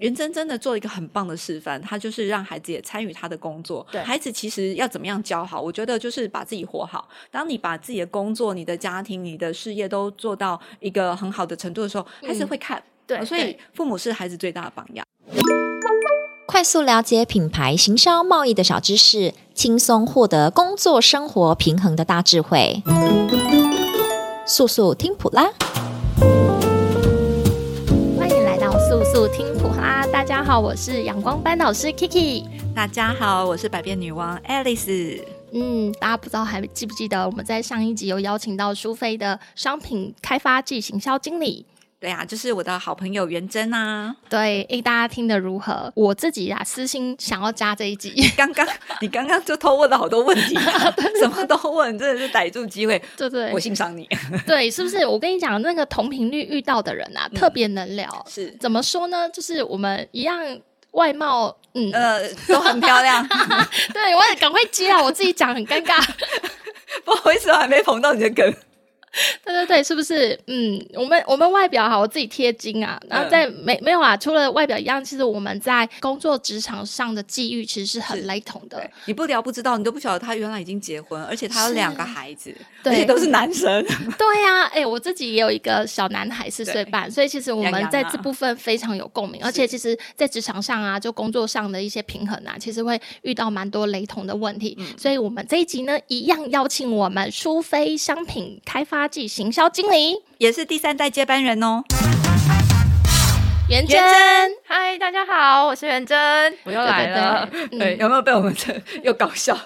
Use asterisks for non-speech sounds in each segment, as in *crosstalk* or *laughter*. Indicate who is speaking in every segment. Speaker 1: 元真真的做一个很棒的示范，他就是让孩子也参与他的工作。
Speaker 2: 对
Speaker 1: 孩子其实要怎么样教好，我觉得就是把自己活好。当你把自己的工作、你的家庭、你的事业都做到一个很好的程度的时候，孩子会看。
Speaker 2: 嗯
Speaker 1: 哦
Speaker 2: 对，
Speaker 1: 所
Speaker 2: 对
Speaker 1: 以父母是孩子最大的榜样。
Speaker 3: 快速了解品牌行销贸易的小知识，轻松获得工作生活平衡的大智慧。速速听普拉，
Speaker 2: 欢迎来到素素听普啦！大家好，我是阳光班导师 Kiki。
Speaker 1: 大家好，我是百变女王 Alice。
Speaker 2: 嗯，大家不知道还记不记得我们在上一集有邀请到苏菲的商品开发暨行销经理。
Speaker 1: 对啊，就是我的好朋友元真啊。
Speaker 2: 对，诶，大家听得如何？我自己啊，私心想要加这一 *laughs* 集，
Speaker 1: 刚刚你刚刚就偷问了好多问题、啊
Speaker 2: *laughs*
Speaker 1: 什么都问，真的是逮住机会，
Speaker 2: 对不对
Speaker 1: 我，欣赏你。
Speaker 2: 对，是不是？我跟你讲，那个同频率遇到的人啊，特别能聊。
Speaker 1: 是，
Speaker 2: 怎么说呢？就是我们一样外貌，嗯，
Speaker 1: 呃，都很漂亮。
Speaker 2: 对我也赶快接啊，我自己讲很尴尬。
Speaker 1: *laughs* 不好意思，我还没捧到你的梗。
Speaker 2: 对对对，是不是？嗯，我们我们外表好，我自己贴金啊。
Speaker 1: 嗯
Speaker 2: 然后在、没没有啊，除了外表一样，其实我们在工作职场上的际遇其实是很
Speaker 1: 是
Speaker 2: 雷同的
Speaker 1: 对。，你不聊不知道，你都不晓得他原来已经结婚，而且他有
Speaker 2: 是
Speaker 1: 两个孩子，
Speaker 2: 对
Speaker 1: 而且都是啊男生。
Speaker 2: *laughs* 对呀、哎、我自己也有一个小男孩四岁半，所以其实我
Speaker 1: 洋
Speaker 2: 们
Speaker 1: 洋
Speaker 2: 在
Speaker 1: 啊
Speaker 2: 这部分非常有共鸣，而且其实，在职场上啊，就工作上的一些平衡啊，其实会遇到蛮多雷同的问题。
Speaker 1: 嗯
Speaker 2: 所以我们这一集呢，一样邀请我们苏菲商品开发暨行销经理
Speaker 1: *laughs* 也是第三代接班人哦。
Speaker 2: 袁真
Speaker 1: 元。真，
Speaker 4: 嗨，大家好，我是元真，我又来了。
Speaker 2: 对对对嗯
Speaker 1: 对，有没有被我们这又搞 *laughs* 笑？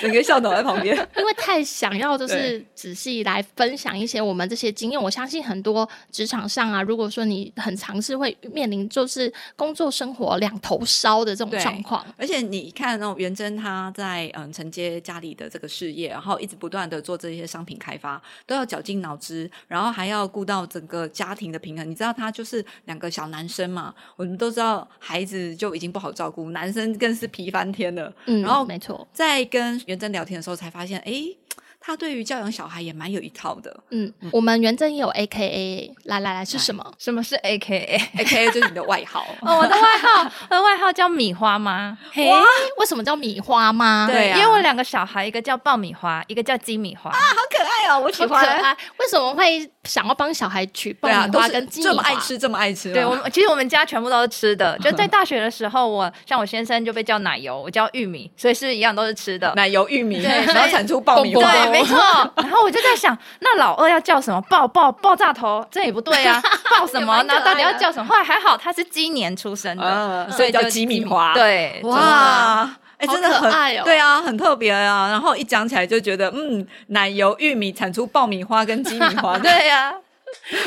Speaker 1: 整个笑倒在旁 *laughs* 边。
Speaker 2: 因为太想要就是
Speaker 1: 对
Speaker 2: 仔细来分享一些我们这些经验，我相信很多职场上啊，如果说你很尝试会面临就是工作生活两头烧的这种
Speaker 1: 对
Speaker 2: 状况，
Speaker 1: 而且你看那种元真，他在嗯承接家里的这个事业，然后一直不断的做这些商品开发，都要绞尽脑汁，然后还要顾到整个家庭的平衡。你知道他就是两个小男生嘛，我们都知道孩子就已经不好照顾，男生更是皮翻天了。
Speaker 2: 嗯，
Speaker 1: 然后
Speaker 2: 没错，
Speaker 1: 在跟元真聊天的时候，才发现，诶，他对于教养小孩也蛮有一套的
Speaker 2: 嗯，我们元真也有 A K A，来来来是什么？
Speaker 4: 什么是 A K A？
Speaker 1: ，A K A 就是你的外号。
Speaker 4: 哦，我的外号，我的外号叫米花 *laughs* 妈。嘿，
Speaker 2: 为什么叫米花吗？
Speaker 1: 对啊
Speaker 4: 因为我两个小孩，一个叫爆米花，一个叫鸡米花。
Speaker 1: 哎呀，我
Speaker 2: 好可爱。为什么会想要帮小孩取爆
Speaker 1: 对啊，
Speaker 2: 米
Speaker 1: 都
Speaker 2: 花
Speaker 1: 是
Speaker 2: 跟鸡米
Speaker 1: 这么
Speaker 2: 花？
Speaker 1: 爱吃，这么爱吃吗。啊
Speaker 4: 对我们， *laughs* 其实我们家全部都是吃的。就在大学的时候，我像我先生就被叫奶油，我叫玉米，所以是一样都是吃的。
Speaker 1: 奶油、玉米，
Speaker 4: 对
Speaker 1: 然后产出爆米
Speaker 2: 公公
Speaker 1: 花。
Speaker 4: 对，没错。 *laughs* 然后我就在想，那老二要叫什么？爆爆爆炸头，这也不对啊，爆什么
Speaker 2: 也蛮可爱的
Speaker 4: 呢？到底要叫什么？后来还好，他是鸡年出生的，
Speaker 1: 嗯
Speaker 4: 所以
Speaker 1: 所以叫
Speaker 4: 就
Speaker 1: 鸡米花
Speaker 4: 对，
Speaker 1: 哇，哎、
Speaker 2: 好
Speaker 1: 真的
Speaker 2: 可
Speaker 1: 很
Speaker 2: 爱哦
Speaker 1: 对啊，很特别啊。然后一讲起来就觉得，嗯，奶油、玉米产出爆米花跟鸡米花，
Speaker 4: 真的， *laughs* 对啊呀。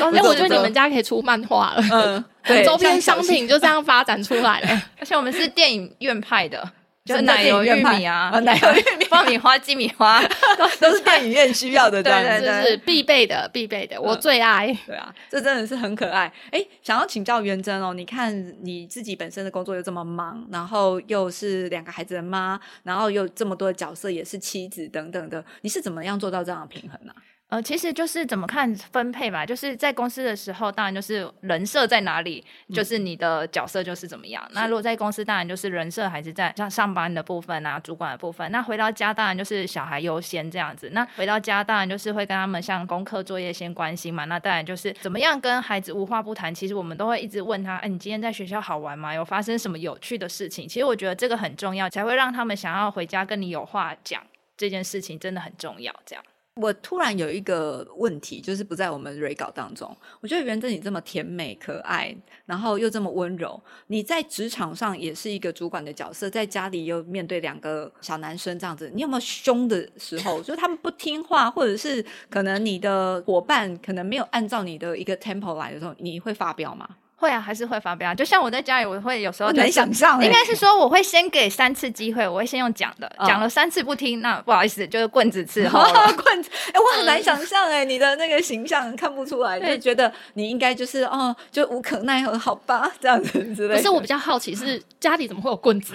Speaker 2: 哎、我觉
Speaker 1: 这
Speaker 2: 得你
Speaker 1: 种
Speaker 2: 们家可以出漫画了，
Speaker 1: 嗯， *laughs* 对，
Speaker 2: 周边
Speaker 1: 像小
Speaker 2: 商
Speaker 1: 新
Speaker 2: 品就这样发展出来
Speaker 1: *laughs*
Speaker 2: 了。
Speaker 4: 而且我们是电影院派的，就
Speaker 1: 真的
Speaker 4: 奶油
Speaker 1: 电
Speaker 4: 玉
Speaker 1: 影院
Speaker 4: 米啊
Speaker 1: 派啊，奶油玉
Speaker 4: 米、 *laughs* 爆米花、鸡米花，
Speaker 1: *laughs* 都是电影院需要的这样子。
Speaker 4: 对
Speaker 2: 这是必备的，必备的，
Speaker 1: 嗯
Speaker 2: 我最爱。
Speaker 1: 对啊，这真的是很可爱。哎，想要请教元真哦，你看你自己本身的工作又这么忙，然后又是两个孩子的妈，然后又这么多的角色，也是妻子等等的，你是怎么样做到这样的平衡呢、
Speaker 4: 呃，其实就是怎么看分配吧，就是在公司的时候，当然就是人设在哪里，就是你的角色就是怎么样。那如果在公司，当然就是人设还是在像上班的部分啊，主管的部分。那回到家，当然就是小孩优先这样子。那回到家，当然就是会跟他们像功课作业先关心嘛。那当然就是怎么样跟孩子无话不谈。其实我们都会一直问他，哎，你今天在学校好玩吗？有发生什么有趣的事情？其实我觉得这个很重要，才会让他们想要回家跟你有话讲。这件事情真的很重要，这样。
Speaker 1: 我突然有一个问题，就是不在我们蕊稿当中。我觉得元真你这么甜美可爱，然后又这么温柔，你在职场上也是一个主管的角色，在家里又面对两个小男生这样子，你有没有凶的时候？就是他们不听话，或者是可能你的伙伴可能没有按照你的一个 tempo 来的时候，你会发飙吗？
Speaker 4: 会啊，还是会发飙。就像我在家里，我会有时候
Speaker 1: 我
Speaker 4: 就
Speaker 1: 能
Speaker 4: 是
Speaker 1: 想象欸、
Speaker 4: 哦应该是说我会先给三次机会，我会先用讲的，
Speaker 1: 嗯
Speaker 4: 讲了三次不听，那不好意思，就是棍子伺
Speaker 1: *laughs*
Speaker 4: 候了。嗯
Speaker 1: 啊，棍子！哎、我很难想象哎、你的那个形象看不出来，就觉得你应该就是哦，就无可奈何，好吧，这样子之类
Speaker 2: 可
Speaker 1: 的。
Speaker 2: 是我比较好奇是家里怎么会有棍子？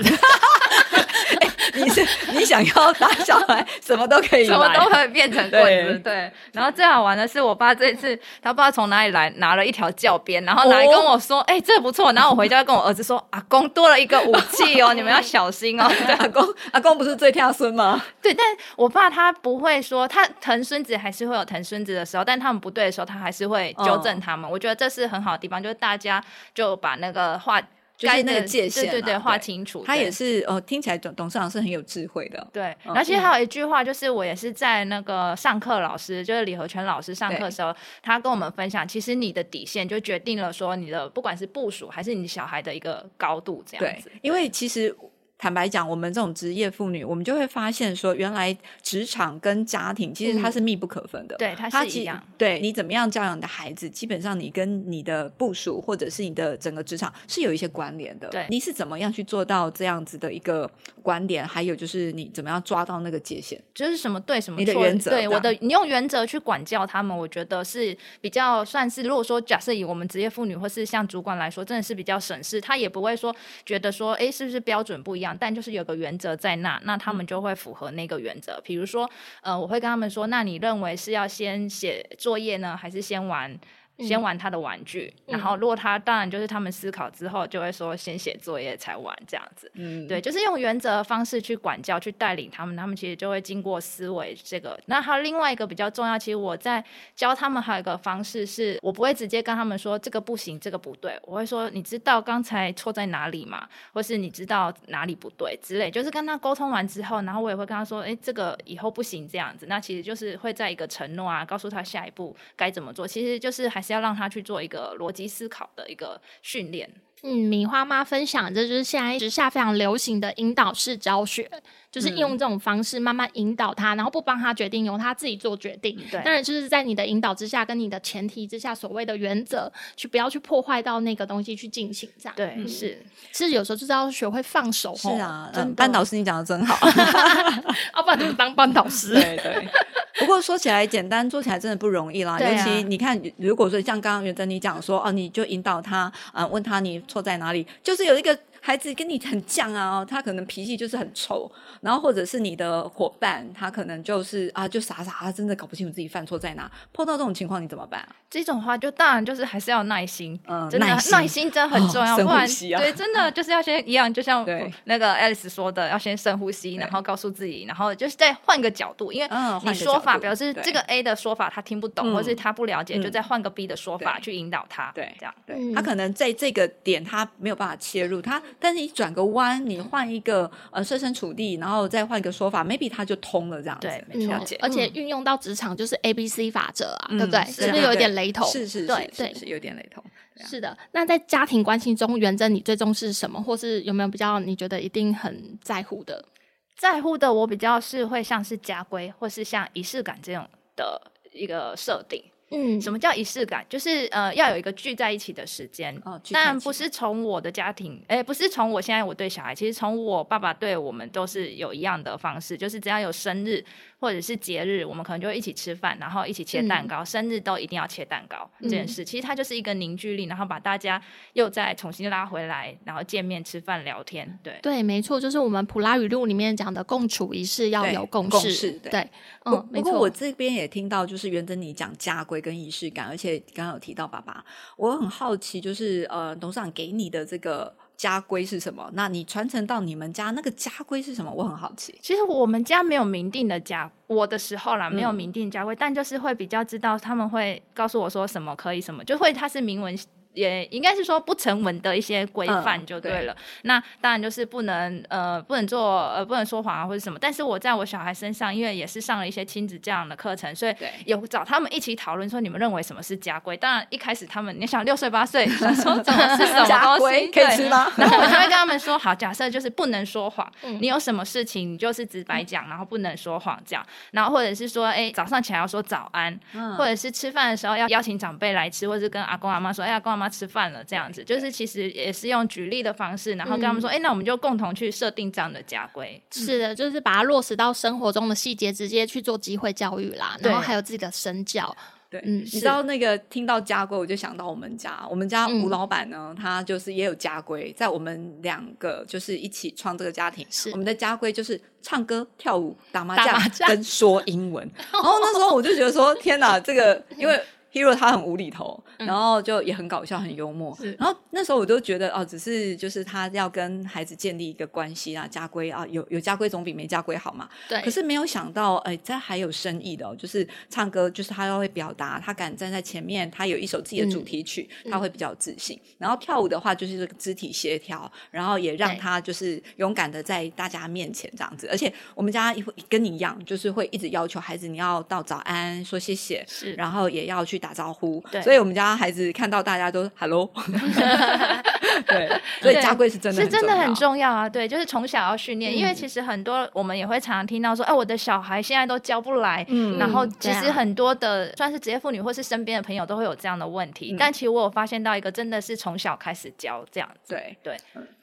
Speaker 1: 你是你想要打小孩，
Speaker 4: *laughs*
Speaker 1: 什么都可以
Speaker 4: 什么
Speaker 1: 来
Speaker 4: 都可以变成
Speaker 1: *laughs*
Speaker 4: 棍
Speaker 1: 对
Speaker 4: 子，对。然后最好玩的是，我爸这次他不知道从哪里来拿了一条教鞭，然后拿来跟我
Speaker 1: *laughs*
Speaker 4: 说：“哎、这不错。”然后我回家跟我儿子说：“阿公多了一个武器哦，你们要小心
Speaker 1: *laughs*
Speaker 4: 哦。”对
Speaker 1: 阿公阿公不是最跳孙吗？
Speaker 4: 对，但我爸他不会说，他疼孙子还是会有疼孙子的时候，但他们不对的时候，他还是会纠
Speaker 1: 嗯
Speaker 4: 正他们。我觉得这是很好的地方，就是大家就把那个划，
Speaker 1: 就是
Speaker 4: 该
Speaker 1: 那个
Speaker 4: 的
Speaker 1: 界限
Speaker 4: 对对
Speaker 1: 啊
Speaker 4: 对，划
Speaker 1: 对
Speaker 4: 清楚。
Speaker 1: 他
Speaker 4: 对
Speaker 1: 也是哦，听起来董董事长是很有智慧的。
Speaker 4: 对，
Speaker 1: 嗯
Speaker 4: 然后其实还有一句话，就是我也是在那个上课老师，就是李和全老师上课的时候，他跟我们分享，其实你的底线就决定了说你的不管是部署还是你小孩的一个高度这样
Speaker 1: 对
Speaker 4: 子。，
Speaker 1: 因为其实坦白讲，我们这种职业妇女，我们就会发现说，原来职场跟家庭其
Speaker 4: 嗯
Speaker 1: 实它是密不可分的。
Speaker 4: 对，它
Speaker 1: 它
Speaker 4: 是
Speaker 1: 其
Speaker 4: 一样。
Speaker 1: 对你怎么样教养你的孩子，基本上你跟你的部署或者是你的整个职场是有一些关联的。
Speaker 4: 对
Speaker 1: 你是怎么样去做到这样子的一个关联？还有就是你怎么样抓到那个界限？
Speaker 4: 就是什么对什么
Speaker 1: 你的
Speaker 4: 错
Speaker 1: 原则这
Speaker 4: 对
Speaker 1: 样
Speaker 4: 我的，你用原则去管教他们，我觉得是比较算是，如果说假设以我们职业妇女或是像主管来说，真的是比较省事，他也不会说觉得说，诶是不是标准不一样，但就是有个原则在那，那他们就会符合那个原
Speaker 1: 嗯
Speaker 4: 则。比如说，呃，我会跟他们说，那你认为是要先写作业呢，还是先玩？先玩他的玩具，
Speaker 1: 嗯
Speaker 4: 然后如果他当然就是他们思考之后，就会说先写作业才玩这样子。
Speaker 1: 嗯，
Speaker 4: 对，就是用原则的方式去管教、去带领他们，他们其实就会经过思维这个。那还有另外一个比较重要，其实我在教他们还有一个方式是，我不会直接跟他们说这个不行，这个不对，我会说你知道刚才错在哪里吗？或是你知道哪里不对之类，就是跟他沟通完之后，然后我也会跟他说，哎，这个以后不行这样子。那其实就是会在一个承诺啊，告诉他下一步该怎么做，其实就是还是要让他去做一个逻辑思考的一个训练。
Speaker 2: *laughs* 嗯，米花妈分享，这就是现在时下非常流行的引导式教学，就是
Speaker 1: 嗯
Speaker 2: 用这种方式慢慢引导他，然后不帮他决定，由他自己做决定。
Speaker 4: 对
Speaker 2: 当然就是在你的引导之下，跟你的前提之下，所谓的原则，去不要去破坏到那个东西去进行这样。，
Speaker 4: 对，是。
Speaker 2: 其实有时候就是要学会放手。
Speaker 1: 是啊，
Speaker 2: 真
Speaker 1: 嗯，
Speaker 2: 的
Speaker 1: 班
Speaker 2: *laughs*
Speaker 1: 导师你讲的真好。
Speaker 2: 要哦不然怎么当班导师？
Speaker 1: 对对。 *laughs* 不过说起来简单，做起来真的不容易啦。
Speaker 4: 对啊
Speaker 1: 尤其你看，如果说像刚刚袁珍妮讲说，哦，你就引导他，啊、问他你错在哪里，就是有一个孩子跟你很犟啊，他可能脾气就是很臭，然后或者是你的伙伴，他可能就是啊，就傻傻，他真的搞不清楚自己犯错在哪。碰到这种情况你怎么办啊？
Speaker 4: 这种话就当然就是还是要有耐心，
Speaker 1: 嗯
Speaker 4: 真的
Speaker 1: 耐心
Speaker 4: 真的很重要，
Speaker 1: 哦深
Speaker 4: 不然
Speaker 1: 呼吸啊
Speaker 4: 对，真
Speaker 1: *laughs*
Speaker 4: 的就是要先一样，就像
Speaker 1: 对
Speaker 4: 那个 Alice 说的，要先深呼吸，然后告诉自己，然后就是再换个角度，因为
Speaker 1: 嗯换个
Speaker 4: 你说
Speaker 1: 角
Speaker 4: 法
Speaker 1: 度
Speaker 4: 表示
Speaker 1: 对
Speaker 4: 这个 A 的说法他听不懂，
Speaker 1: 嗯
Speaker 4: 或是他不了解，
Speaker 1: 嗯
Speaker 4: 就再换个 B 的说法
Speaker 1: 对
Speaker 4: 去引导他，
Speaker 1: 对
Speaker 4: 这样。
Speaker 1: 对、
Speaker 2: 嗯
Speaker 1: 他可能在这个点他没有办法切入，他但是你转个弯，你换一个呃设身处地，然后再换一个说法，maybe 他就通了这样子。
Speaker 4: 对没
Speaker 2: 嗯
Speaker 1: 了解，
Speaker 2: 而且运用到职场就是 A B C 法则啊，
Speaker 1: 嗯
Speaker 2: 对不对？
Speaker 1: 是
Speaker 2: 是不
Speaker 1: 啊
Speaker 2: 是有
Speaker 1: 对
Speaker 2: 一点雷同？
Speaker 1: 是是是
Speaker 2: 对对
Speaker 1: 是是有点雷同。对啊
Speaker 2: 是的，那在家庭关系中，元珍你最重视什么，或是有没有比较你觉得一定很在乎的？
Speaker 4: 在乎的我比较是会像是家规，或是像仪式感这种的一个设定。
Speaker 2: 嗯
Speaker 4: 什么叫仪式感？就是呃，要有一个聚在一起的时间。
Speaker 1: 哦聚在一起
Speaker 4: 当然不是从我的家庭，哎、不是从我现在我对小孩，其实从我爸爸对我们都是有一样的方式，就是只要有生日或者是节日，我们可能就会一起吃饭，然后一起切蛋糕，生日都一定要切蛋糕这件事。其实它就是一个凝聚力，然后把大家又再重新拉回来，然后见面吃饭聊天。对，
Speaker 2: 对，没错，就是我们普拉语录里面讲的共处一室要
Speaker 1: 对
Speaker 2: 有共识，
Speaker 1: 共识对
Speaker 2: 对，
Speaker 1: 不
Speaker 2: 嗯，
Speaker 1: 不
Speaker 2: 没
Speaker 1: 过
Speaker 2: 错，
Speaker 1: 我这边也听到，就是袁真你讲家规跟仪式感，而且刚刚有提到爸爸，我很好奇，就是呃，董事长给你的这个家规是什么？那你传承到你们家那个家规是什么？我很好奇。
Speaker 4: 其实我们家没有明定的家，我的时候啦，没有
Speaker 1: 嗯
Speaker 4: 明定家规，但就是会比较知道他们会告诉我说什么可以，什么就会它是明文。也应该是说不成文的一些规范
Speaker 1: 嗯
Speaker 4: 就对了。那当然就是不能呃不能做呃不能说谎啊或者什么。但是我在我小孩身上，因为也是上了一些亲子这样的课程，所以
Speaker 1: 对
Speaker 4: 有找他们一起讨论说你们认为什么是家规。当然一开始他们你想六岁八岁
Speaker 1: *laughs*
Speaker 4: 想说怎么是什么
Speaker 1: 家
Speaker 4: 东
Speaker 1: 规
Speaker 4: 西
Speaker 1: 可以
Speaker 4: 对
Speaker 1: 吃吗？
Speaker 4: *laughs* 然后我就会跟他们说，好，假设就是不能说谎，你有什么事情你就是直白讲，然后不能说谎这样，然后或者是说，哎、早上起来要说早安，或者是吃饭的时候要邀请长辈来吃，或者是跟阿公阿妈说，哎、阿公阿妈吃饭了这样子，就是其实也是用举例的方式，然后跟他们说，哎、那我们就共同去设定这样的家规。
Speaker 2: 是的，就是把它落实到生活中的细节，直接去做机会教育啦，然后
Speaker 4: 对
Speaker 2: 还有自己的身教，
Speaker 1: 对，
Speaker 2: 嗯
Speaker 1: 你
Speaker 2: 是嗯
Speaker 1: 知道那个听到家规，我就想到我们家，我们家吴老板呢，他就是也有家规，在我们两个就是一起创这个家庭，
Speaker 2: 是
Speaker 1: 我们的家规就是唱歌、跳舞、打麻
Speaker 2: 打
Speaker 1: 将
Speaker 2: 麻将
Speaker 1: 跟说英文。然后那时候我就觉得说，天哪，这个因为。Hero 他很无厘头，然后就也很搞笑，很幽默
Speaker 2: 嗯是。
Speaker 1: 然后那时候我就觉得哦，只是就是他要跟孩子建立一个关系啊，家规啊，有有家规总比没家规好嘛。
Speaker 2: 对，
Speaker 1: 可是没有想到，哎、这还有深意的、哦，就是唱歌，就是他要会表达，他敢站在前面，他有一首自己的
Speaker 4: 嗯
Speaker 1: 主题曲，他会比较有自信。然后跳舞的话，就是这个肢体协调，然后也让
Speaker 2: 对
Speaker 1: 他就是勇敢的在大家面前这样子。而且我们家也会跟你一样，就是会一直要求孩子你要道早安，说谢谢。
Speaker 4: 是
Speaker 1: 然后也要去打招呼，
Speaker 4: 对
Speaker 1: 所以我们家孩子看到大家都 hello，对， *laughs*
Speaker 4: *laughs*
Speaker 1: 所以
Speaker 4: 对
Speaker 1: 家规是真的
Speaker 4: 是真的
Speaker 1: 很
Speaker 4: 很
Speaker 1: 重要。嗯
Speaker 4: 重要啊，对，就是从小要训练，因为其实很多我们也会常常听到说，哎、我的小孩现在都教不来，
Speaker 1: 嗯
Speaker 4: 然后
Speaker 2: 嗯
Speaker 4: 其
Speaker 2: 对
Speaker 4: 实
Speaker 2: 啊
Speaker 4: 很多的、算是职业妇女或是身边的朋友都会有这样的问题，
Speaker 1: 嗯
Speaker 4: 但其实我有发现到一个真的是从小开始教这样子，
Speaker 1: 对，
Speaker 4: 对，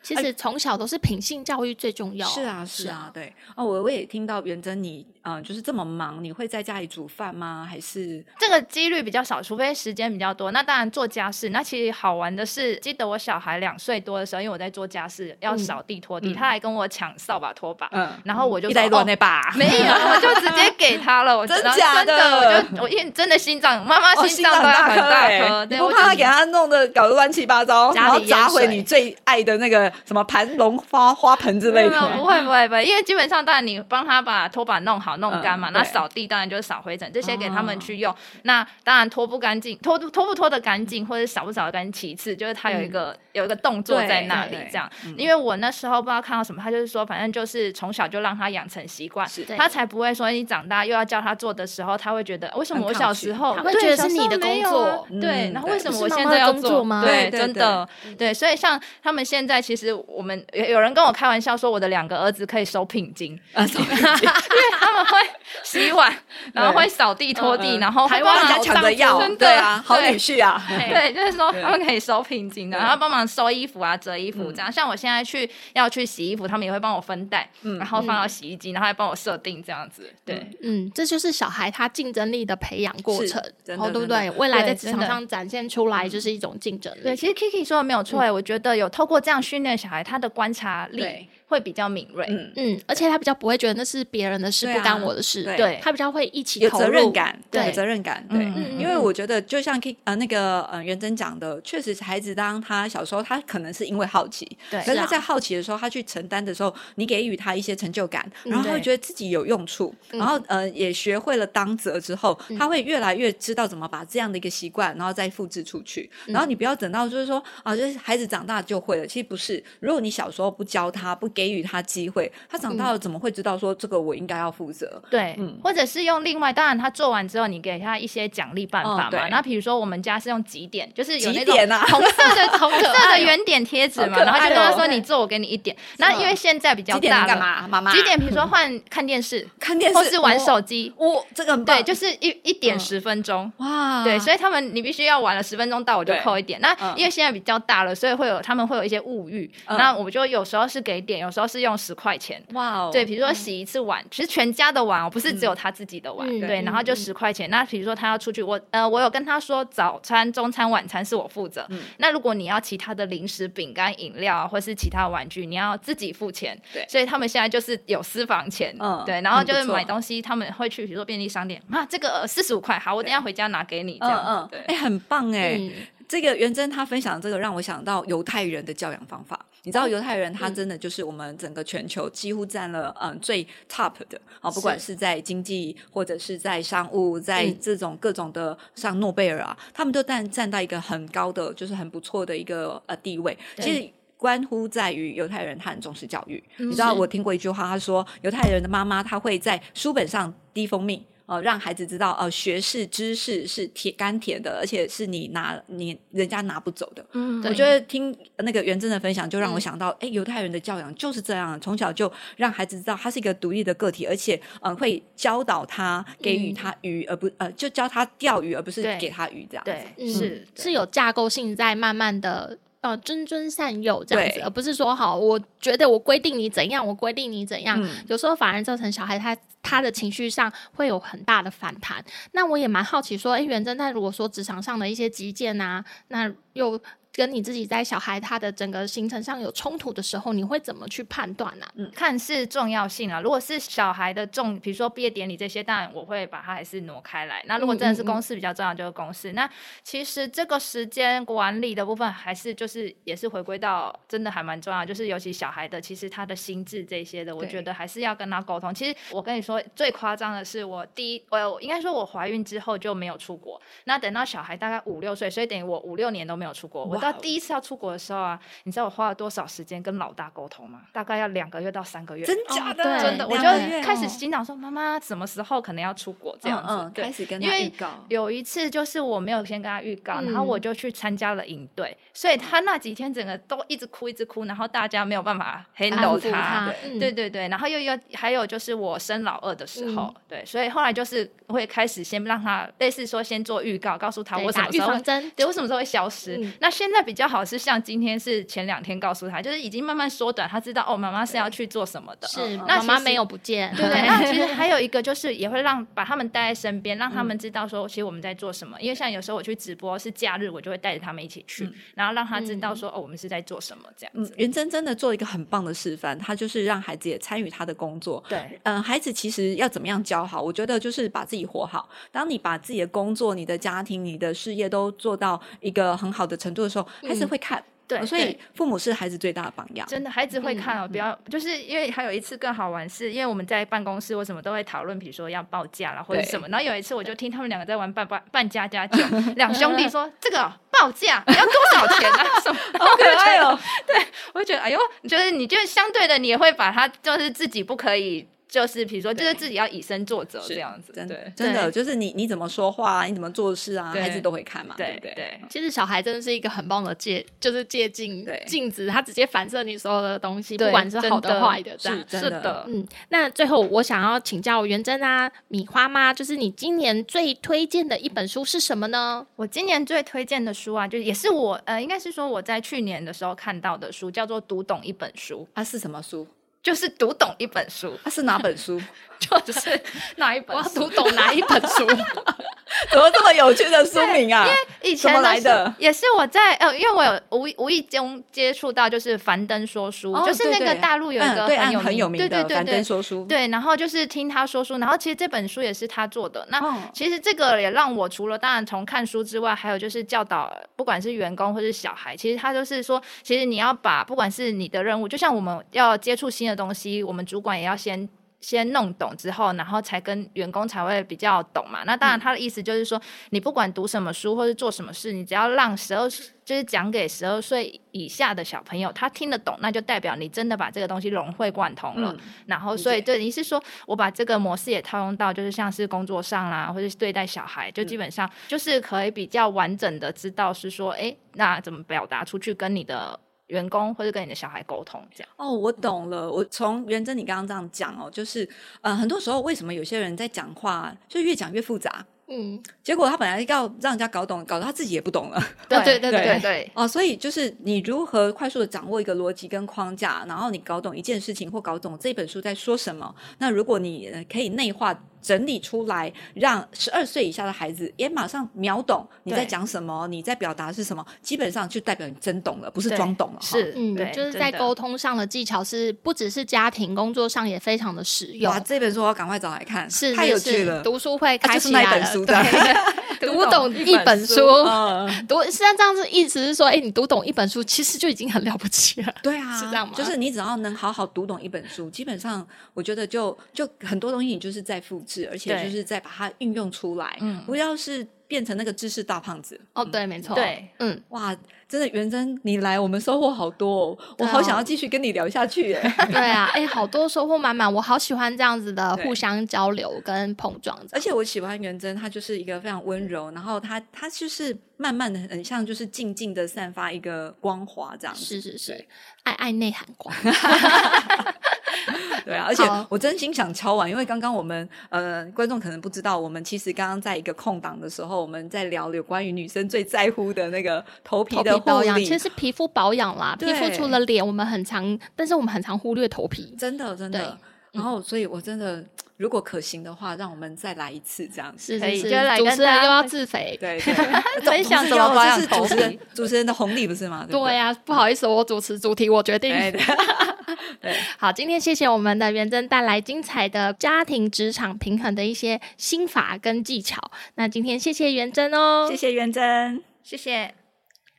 Speaker 2: 其实从小都是品性教育最重要。
Speaker 1: 是啊，是啊，，对。哦，我我也听到元珍你，嗯、就是这么忙，你会在家里煮饭吗？还是
Speaker 4: 这个几率比较少，除非时间比较多。那当然做家事，那其实好玩的是，记得我小孩两岁多的时候，因为我在做家事，要扫地拖地，他还跟我抢扫把拖把，
Speaker 1: 嗯
Speaker 4: 然后我就
Speaker 1: 一
Speaker 4: 说
Speaker 1: 袋多
Speaker 4: 哦
Speaker 1: 那把？*laughs*
Speaker 4: 没有，我就直接给他了。我
Speaker 1: 真
Speaker 4: 然后
Speaker 1: 假
Speaker 4: 真
Speaker 1: 的
Speaker 4: 我就我因为真的心脏，妈妈
Speaker 1: 哦，
Speaker 4: 心
Speaker 1: 心
Speaker 4: 脏
Speaker 1: 脏
Speaker 4: 都要很
Speaker 1: 大
Speaker 4: 大
Speaker 1: 欸 *laughs*
Speaker 4: 颗，
Speaker 1: 你
Speaker 4: 对，
Speaker 1: 不
Speaker 4: 我
Speaker 1: 怕他
Speaker 4: 就
Speaker 1: 给他弄得搞得乱七八糟，
Speaker 2: 家
Speaker 1: 然后
Speaker 2: 里
Speaker 1: 砸
Speaker 2: 淹
Speaker 1: 毁
Speaker 2: 水
Speaker 1: 你最爱的那个什么盘龙花花盆之类
Speaker 4: 没有不
Speaker 1: *laughs* 的？
Speaker 4: 会不会不会，因为基本上当然你帮他把拖把弄好弄干嘛，
Speaker 1: 嗯
Speaker 4: 那
Speaker 1: 对
Speaker 4: 扫地当然就是扫灰尘，这些给他们
Speaker 1: 哦
Speaker 4: 去用。那当然拖不干净，拖拖不拖得干净，或者扫不扫得干净，其次就是他有一个、有一个动作
Speaker 1: 嗯对
Speaker 4: 在那里
Speaker 1: 对嗯
Speaker 4: 这样。因为我那时候不知道看到什么，他就是说反正就是从小就让他养成习惯
Speaker 1: 是， *laughs*
Speaker 4: 他才不会说你长大又要叫他做的时候，他会觉得为什么
Speaker 1: 很
Speaker 4: 我
Speaker 1: 抗
Speaker 4: 小
Speaker 1: 拒
Speaker 4: 时候
Speaker 2: 他会
Speaker 4: 对
Speaker 2: 觉得是
Speaker 4: 小时
Speaker 2: 你
Speaker 4: 候
Speaker 2: 的
Speaker 4: 没
Speaker 2: 工
Speaker 4: 有啊
Speaker 1: 作
Speaker 4: 对
Speaker 1: 嗯，
Speaker 4: 然后
Speaker 1: 对
Speaker 4: 为什
Speaker 2: 不
Speaker 4: 么
Speaker 2: 是
Speaker 4: 我
Speaker 2: 妈
Speaker 4: 现
Speaker 2: 妈
Speaker 4: 在
Speaker 2: 的
Speaker 4: 要
Speaker 2: 工
Speaker 4: 做
Speaker 2: 作吗
Speaker 4: 对，
Speaker 1: 对对
Speaker 4: 真
Speaker 1: 对
Speaker 4: 的。对，所以像他们现在，其实我们有有人跟我开玩笑说，我的两个儿子可以收聘金，
Speaker 1: 啊，什么
Speaker 4: 因为他们会洗碗，
Speaker 2: *laughs*
Speaker 4: 然后会扫地拖
Speaker 2: 嗯
Speaker 4: 地，然后
Speaker 1: 嗯
Speaker 4: 会
Speaker 1: 台湾人
Speaker 4: 帮
Speaker 1: 家
Speaker 4: 忙
Speaker 1: 抢着要
Speaker 4: 真，的
Speaker 1: 对啊，好
Speaker 4: 对
Speaker 1: 女婿啊， *laughs*
Speaker 4: 对，就是说
Speaker 1: 对
Speaker 4: 他们可以收聘金的，
Speaker 1: 对嗯
Speaker 4: 然后帮忙收衣服啊、折衣服这样。像我现在去要去洗衣服，他们也会帮我分袋，
Speaker 1: 嗯
Speaker 4: 然后放到洗衣机，然后还帮我设定这样子。对，
Speaker 2: 嗯，这就是小孩他竞争力的培养过
Speaker 1: 是
Speaker 2: 程，
Speaker 1: 真
Speaker 2: 然
Speaker 1: 的
Speaker 2: 后对
Speaker 1: 真
Speaker 2: 不
Speaker 1: 的嗯
Speaker 2: 对？未来
Speaker 4: 对
Speaker 2: 在职
Speaker 4: 真
Speaker 2: 场
Speaker 4: 的
Speaker 2: 上展现出来就是一种竞争力。
Speaker 4: 对，其实 Kiki 说的没有错、欸，我觉得有透过这样训练小孩，他的观察力
Speaker 1: 对
Speaker 4: 会比较敏锐。
Speaker 1: 嗯，
Speaker 2: 嗯，而且他比较不会觉得那是别人的事，
Speaker 1: 对
Speaker 2: 不干
Speaker 1: 啊
Speaker 2: 我的事，
Speaker 1: 对
Speaker 4: 对
Speaker 2: 他比较会一起
Speaker 1: 有
Speaker 2: 投
Speaker 1: 责任
Speaker 2: 入
Speaker 1: 感，
Speaker 2: 对
Speaker 1: 有责任感，对，
Speaker 4: 嗯
Speaker 2: 嗯
Speaker 1: 因为我觉得就像 K 呃那个呃元真讲的，确实孩子当他小时候，他可能是因为好奇，
Speaker 4: 对
Speaker 1: 可是
Speaker 2: 是啊
Speaker 1: 他在好奇的时候，他去承担的时候，你给予他一些成就感，然后他会
Speaker 4: 嗯对嗯
Speaker 1: 觉得自己有用处，然后呃也学会了当责之后，他会越来越知道怎么把这样的一个习惯，然后再复制出去。
Speaker 4: 嗯
Speaker 1: 然后你不要等到就是说啊，就是孩子长大就会了，其实不是，如果你小时候不教他，不给予他机会，他长
Speaker 4: 嗯
Speaker 1: 大了怎么会知道说这个我应该要负责？
Speaker 4: 对，
Speaker 1: 嗯
Speaker 4: 或者是用另外，当然他做完之后，你给他一些奖励办法
Speaker 1: 哦
Speaker 4: 嘛
Speaker 1: 对。
Speaker 4: 那比如说我们家是用几点，就是有那
Speaker 1: 几
Speaker 4: 种
Speaker 1: 点啊
Speaker 4: 红色的红色的圆点贴纸嘛，
Speaker 1: 好可爱哦哦
Speaker 4: 然后就跟他说你做，我给你一点。那因为现在比较
Speaker 1: 几点
Speaker 4: 大
Speaker 1: 你干
Speaker 4: 了，
Speaker 1: 嘛？妈妈
Speaker 4: 几点？比如说换看电视，
Speaker 1: 看电视
Speaker 4: 或是玩手机，
Speaker 1: 我、哦、这个很棒
Speaker 4: 对，就是一一点
Speaker 1: 嗯
Speaker 4: 十分钟。
Speaker 1: 哇，
Speaker 4: 对，所以他们你必须要玩了十分钟到，我就
Speaker 1: 啊对
Speaker 4: 扣一点。那
Speaker 1: 嗯
Speaker 4: 因为现在比较大了，所以会有他们会有一些物欲，
Speaker 1: 嗯
Speaker 4: 那我就有时候是给点，有时候是用十块钱。
Speaker 1: 哇哦，
Speaker 4: 对，比如说洗一次碗，其实全家的碗哦，不是只有他自己的碗。
Speaker 2: 嗯
Speaker 4: 对，
Speaker 2: 嗯
Speaker 4: 然后就
Speaker 2: 嗯
Speaker 4: 十块钱。那比如说他要出去，我呃，我有跟他说早餐、中餐、晚餐是我负责。
Speaker 1: 嗯
Speaker 4: 那如果你要其他的零食、饼干、饮料啊，或是其他玩具，你要自己付钱。
Speaker 1: 对
Speaker 4: 所以他们现在就是有私房钱。
Speaker 1: 嗯
Speaker 4: 对，然后
Speaker 1: 很不
Speaker 4: 就是
Speaker 1: 错
Speaker 4: 买东西，他们会去比如说便利商店，啊，这个四十五块，好，我等一下回家拿给你。这
Speaker 1: 嗯
Speaker 4: 样子
Speaker 1: 嗯，
Speaker 4: 对
Speaker 1: 哎、。很棒哎、
Speaker 2: 嗯
Speaker 1: 这个元真他分享这个，让我想到犹太人的教养方法。你
Speaker 4: 哦
Speaker 1: 知道犹太人他
Speaker 4: 嗯
Speaker 1: 真的就是我们整个全球几乎占了嗯最 top 的啊，不管是在经济或者是在商务，在
Speaker 2: 嗯
Speaker 1: 这种各种的像诺贝尔啊，他们都占占到一个很高的，就是很不错的一个呃地位。
Speaker 2: 对
Speaker 1: 其实。关乎在于犹太人他很重视教育，
Speaker 2: 嗯
Speaker 1: 你知道
Speaker 2: 是
Speaker 1: 我听过一句话，他说犹太人的妈妈她会在书本上滴蜂蜜。呃，让孩子知道，呃，学识、知识是甜甘甜的，而且是你拿你人家拿不走的。
Speaker 4: 嗯
Speaker 1: 我
Speaker 2: 对
Speaker 1: 觉得听呃那个元真的分享，就让我
Speaker 2: 嗯
Speaker 1: 想到，哎、犹太人的教养就是这样，从小就让孩子知道他是一个独立的个体，而且呃，会教导他，给予
Speaker 2: 嗯
Speaker 1: 他鱼，而不呃，就教他钓鱼，而不是
Speaker 4: 对
Speaker 1: 给他鱼这样子。
Speaker 4: 对，
Speaker 2: 嗯
Speaker 4: 是
Speaker 2: 是有架构性在慢慢的呃谆谆善诱这样子，
Speaker 1: 对
Speaker 2: 而不是说好，我觉得我规定你怎样，我规定你怎样，
Speaker 1: 嗯
Speaker 2: 有时候反而造成小孩他他的情绪上会有很大的反弹。那我也蛮好奇说，诶，元真，那如果说职场上的一些极限啊，那又跟你自己在小孩他的整个行程上有冲突的时候，你会怎么去判断啊呢、
Speaker 4: 看是重要性啊。如果是小孩的重，比如说毕业典礼这些，当然我会把它还是挪开来。那如果真的
Speaker 2: 嗯
Speaker 4: 是
Speaker 2: 嗯嗯
Speaker 4: 公事比较重要，就是公事。那其实这个时间管理的部分，还是就是也是回归到真的还蛮重要，就是尤其小孩的，其实他的心智这些的，我
Speaker 1: 对
Speaker 4: 觉得还是要跟他沟通。其实我跟你说，最夸张的是我第一，我应该说我怀孕之后就没有出国，那等到小孩大概五六岁，所以等于我五六年都没有出国。我到
Speaker 1: 哇哦
Speaker 4: 第一次要出国的时候啊，你知道我花了多少时间跟老大沟通吗？大概要两个月到三个月。
Speaker 1: 真假的？
Speaker 2: 对
Speaker 4: 哦真的，我就
Speaker 2: 两个月
Speaker 4: 开始心想说，妈妈什么时候可能要出国这
Speaker 1: 这
Speaker 4: 样
Speaker 1: 样
Speaker 4: 子？
Speaker 1: 哦嗯，
Speaker 4: 对
Speaker 1: 开。始跟
Speaker 4: 因
Speaker 1: 他
Speaker 4: 为
Speaker 1: 预告，
Speaker 4: 有一次就是我没有先跟他预告，
Speaker 2: 嗯
Speaker 4: 然后我就去参加了营队，所以他那几天整个都一直哭一直哭，然后大家没有办法 handle
Speaker 2: 抚他嗯
Speaker 4: 对对对，然后又要还有就是我生老二的时候，对，所以后来就是会开始先让他类似说先做预告，告诉他
Speaker 2: 对
Speaker 4: 我什
Speaker 2: 打
Speaker 4: 么
Speaker 2: 预
Speaker 4: 时候会
Speaker 2: 防针，
Speaker 4: 对，我什么时候会消失？
Speaker 2: 嗯
Speaker 4: 那现在比较好是像今天是前两天告诉他，就是已经慢慢缩短，他知道哦，妈妈是要去做什么的。啊
Speaker 2: 是
Speaker 4: 那
Speaker 2: 妈
Speaker 4: 其
Speaker 2: 妈
Speaker 4: 实
Speaker 2: 没有不见，
Speaker 4: 对对， *laughs* 那其实还有一个就是也会让把他们带在身边，让他们知道说其实我们在做什么。因为像有时候我去直播是假日，我就会带着他们一起去，然后让他知道说、哦，我们是在做什么这样
Speaker 1: 嗯
Speaker 4: 子，。
Speaker 1: 元真真的做了一个很棒的示范，她就是让孩子也参与她的工作，
Speaker 4: 对，
Speaker 1: 嗯，孩子其实要怎么样教好？我觉得就是把自己活好。当你把自己的工作、你的家庭、你的事业都做到一个很好的程度的时候，孩子会看。
Speaker 4: 嗯
Speaker 1: 呃
Speaker 4: 对
Speaker 1: 哦所
Speaker 4: 对
Speaker 1: 以父母是孩子最大的榜样。
Speaker 4: 真的，孩子会看哦，不要，就是因为还有一次更好玩是，因为我们在办公室，我什么都会讨论，比如说要报价啦或者
Speaker 1: 对
Speaker 4: 什么。然后有一次，我就听他们两个在玩扮扮扮家家酒，两兄弟说这个哦报价要多少钱啊？ *laughs* 什么？好可爱哦！ *laughs* 对，我就觉得哎呦，就是你就相对的，你也会把它就是自己不可以，就是比如说，就是自己要以身作则这样子，
Speaker 1: 真的
Speaker 4: 对，
Speaker 1: 真的
Speaker 2: 对
Speaker 1: 就是你你怎么说话啊，你怎么做事啊，
Speaker 4: 对
Speaker 1: 孩子都会看嘛，
Speaker 4: 对
Speaker 1: 不对？
Speaker 4: 对。
Speaker 2: 其实小孩真的是一个很棒的借，就是借镜
Speaker 1: 对
Speaker 2: 镜子，他直接反射你所有的东西，
Speaker 4: 对
Speaker 2: 不管是好
Speaker 4: 真
Speaker 2: 的
Speaker 4: 的
Speaker 2: 坏的，这样
Speaker 1: 是真
Speaker 4: 是
Speaker 1: 的
Speaker 4: 的，
Speaker 2: 嗯，那最后我想要请教元真啊、米花妈，就是你今年最推荐的一本书是什么呢？
Speaker 4: 我今年最推荐的书啊，就也是我呃，应该是说我在去年的时候看到的书，叫做《读懂一本书》。
Speaker 1: 啊，是什么书？
Speaker 4: 就是读懂一本书， *laughs*
Speaker 1: 啊，是哪本书？
Speaker 4: 就是哪一本
Speaker 2: 我要
Speaker 4: 书
Speaker 2: 读懂哪一本书？
Speaker 1: 怎么这么有趣的书名啊？
Speaker 4: 以前
Speaker 1: 怎么
Speaker 4: 的
Speaker 1: 来
Speaker 4: 是
Speaker 1: 的
Speaker 4: 也是我在呃，因为我有无意无意中接触到就是樊登说书，
Speaker 1: 哦
Speaker 4: 就是那
Speaker 1: 对
Speaker 4: 个
Speaker 1: 对
Speaker 4: 大陆有一
Speaker 1: 嗯
Speaker 4: 个
Speaker 1: 对
Speaker 4: 很
Speaker 1: 岸
Speaker 4: 有名,、
Speaker 1: 很有名
Speaker 4: 对
Speaker 1: 的
Speaker 4: 对
Speaker 1: 樊
Speaker 4: 对
Speaker 1: 登
Speaker 4: 对。
Speaker 1: 说书，
Speaker 4: 对，然后就是听他说书，然后其实这本书也是他做的。那、
Speaker 1: 哦
Speaker 4: 其实这个也让我除了当然从看书之外，还有就是教导，不管是员工或是小孩，其实他就是说，其实你要把不管是你的任务，就像我们要接触新的东西，我们主管也要先。先弄懂之后，然后才跟员工才会比较懂嘛。那当然，他的意思就是说，你不管读什么书或是做什么事，你只要让十二就是讲给十二岁以下的小朋友，他听得懂，那就代表你真的把这个东西融会贯通了。
Speaker 1: 嗯
Speaker 4: 然后，所以
Speaker 1: 理
Speaker 4: 对你是说我把这个模式也套用到，就是像是工作上啦，或者是对待小孩，就基本上就是可以比较完整的知道是说，哎，那怎么表达出去跟你的员工或者跟你的小孩沟通这样。
Speaker 1: 哦，我懂了。我从元真你刚刚这样讲哦，就是呃，很多时候为什么有些人在讲话啊就越讲越复杂，
Speaker 2: 嗯，
Speaker 1: 结果他本来要让人家搞懂，搞得他自己也不懂了 *laughs*
Speaker 2: 对对对
Speaker 4: 对
Speaker 1: 对
Speaker 4: 对对
Speaker 1: 哦。所以就是你如何快速的掌握一个逻辑跟框架，然后你搞懂一件事情或搞懂这本书在说什么。那如果你呃可以内化整理出来，让十二岁以下的孩子也马上秒懂你在
Speaker 4: 对
Speaker 1: 讲什么，你在表达是什么，基本上就代表你真懂了，不是
Speaker 4: 对
Speaker 1: 装懂了。哈
Speaker 4: 是，
Speaker 2: 嗯
Speaker 4: 对，，
Speaker 2: 就是
Speaker 4: 真
Speaker 2: 在
Speaker 4: 的
Speaker 2: 沟通上的技巧是不只是家庭，工作上也非常的实用
Speaker 1: 哇，。这本书我要赶快找来看，
Speaker 2: 是
Speaker 1: *laughs*
Speaker 2: 是
Speaker 1: 太有
Speaker 2: 是
Speaker 1: 趣了。
Speaker 2: 读书会
Speaker 1: 啊
Speaker 2: 开
Speaker 1: 就是
Speaker 2: 起
Speaker 1: 那一
Speaker 2: 来
Speaker 1: 本
Speaker 2: 了，
Speaker 1: 书的
Speaker 2: *laughs* 对，读懂一本书，
Speaker 1: 嗯
Speaker 2: 读实际上这样子意思是说，哎，你读懂一本书，其实就已经很了不起了。
Speaker 1: 对啊，
Speaker 2: 是这样吗
Speaker 1: 就是你只要能好好读懂一本书，基本上我觉得就就很多东西你就是在复制，而且
Speaker 4: 对
Speaker 1: 就是在把它运用出来，
Speaker 4: 嗯
Speaker 1: 不要是变成那个知识大胖子。
Speaker 2: 哦，对，没错，，
Speaker 4: 对。
Speaker 2: 嗯，
Speaker 1: 哇，真的元真，你来我们收获好多、哦，我
Speaker 2: 对啊
Speaker 1: 好想要继续跟你聊下去耶。 *laughs*
Speaker 2: 对啊，哎、好多收获满满，我好喜欢这样子的
Speaker 1: 对
Speaker 2: 互相交流跟碰撞这样，
Speaker 1: 而且我喜欢元真，她就是一个非常温柔，然后她她就是慢慢的很像就是静静的散发一个光华这样子。
Speaker 2: 是是是，爱爱内涵光。
Speaker 1: 对啊，而且
Speaker 2: 好
Speaker 1: 我真心想敲完，因为刚刚我们呃观众可能不知道，我们其实刚刚在一个空档的时候，我们在聊有关于女生最在乎的那个头皮
Speaker 2: 头皮
Speaker 1: 的护
Speaker 2: 保养
Speaker 1: 理，
Speaker 2: 其实是皮肤保养啦，皮肤
Speaker 1: 对
Speaker 2: 除了脸，我们很常，但是我们很常忽略头皮。
Speaker 1: 真的真
Speaker 2: 对
Speaker 1: 的。然后，所以我真的如果可行的话，让我们再来一次这
Speaker 2: *laughs*
Speaker 1: 样子。
Speaker 2: 是
Speaker 4: 可
Speaker 2: 是
Speaker 4: 以
Speaker 2: 是，
Speaker 4: 就来
Speaker 2: 主
Speaker 4: 跟
Speaker 2: 持人
Speaker 4: 大家
Speaker 2: 又要
Speaker 4: 分
Speaker 2: 自肥。
Speaker 1: 对， *laughs* 对
Speaker 4: 分享
Speaker 1: 总是
Speaker 4: 怎么
Speaker 1: 要
Speaker 4: 保
Speaker 1: 这
Speaker 4: 养
Speaker 1: 是
Speaker 4: 头
Speaker 1: 主持人
Speaker 4: 皮。
Speaker 1: 主持人的红利不是吗？不哎
Speaker 2: 对呀、不好意思，我主持主题，我决定。
Speaker 1: 对对啊
Speaker 2: 好，今天谢谢我们的元真带来精彩的家庭职场平衡的一些心法跟技巧。那今天谢谢元真哦，
Speaker 1: 谢谢元真。
Speaker 4: 谢谢。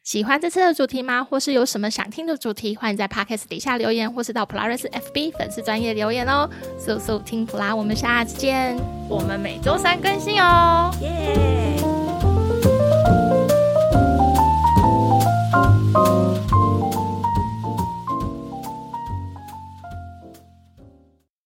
Speaker 2: 喜欢这次的主题吗？或是有什么想听的主题，欢迎在 podcast 底下留言，或是到普拉瑞斯 FB 粉丝专业留言哦。速速听普拉，我们下次见。
Speaker 4: 我们每周三更新哦。
Speaker 1: 耶！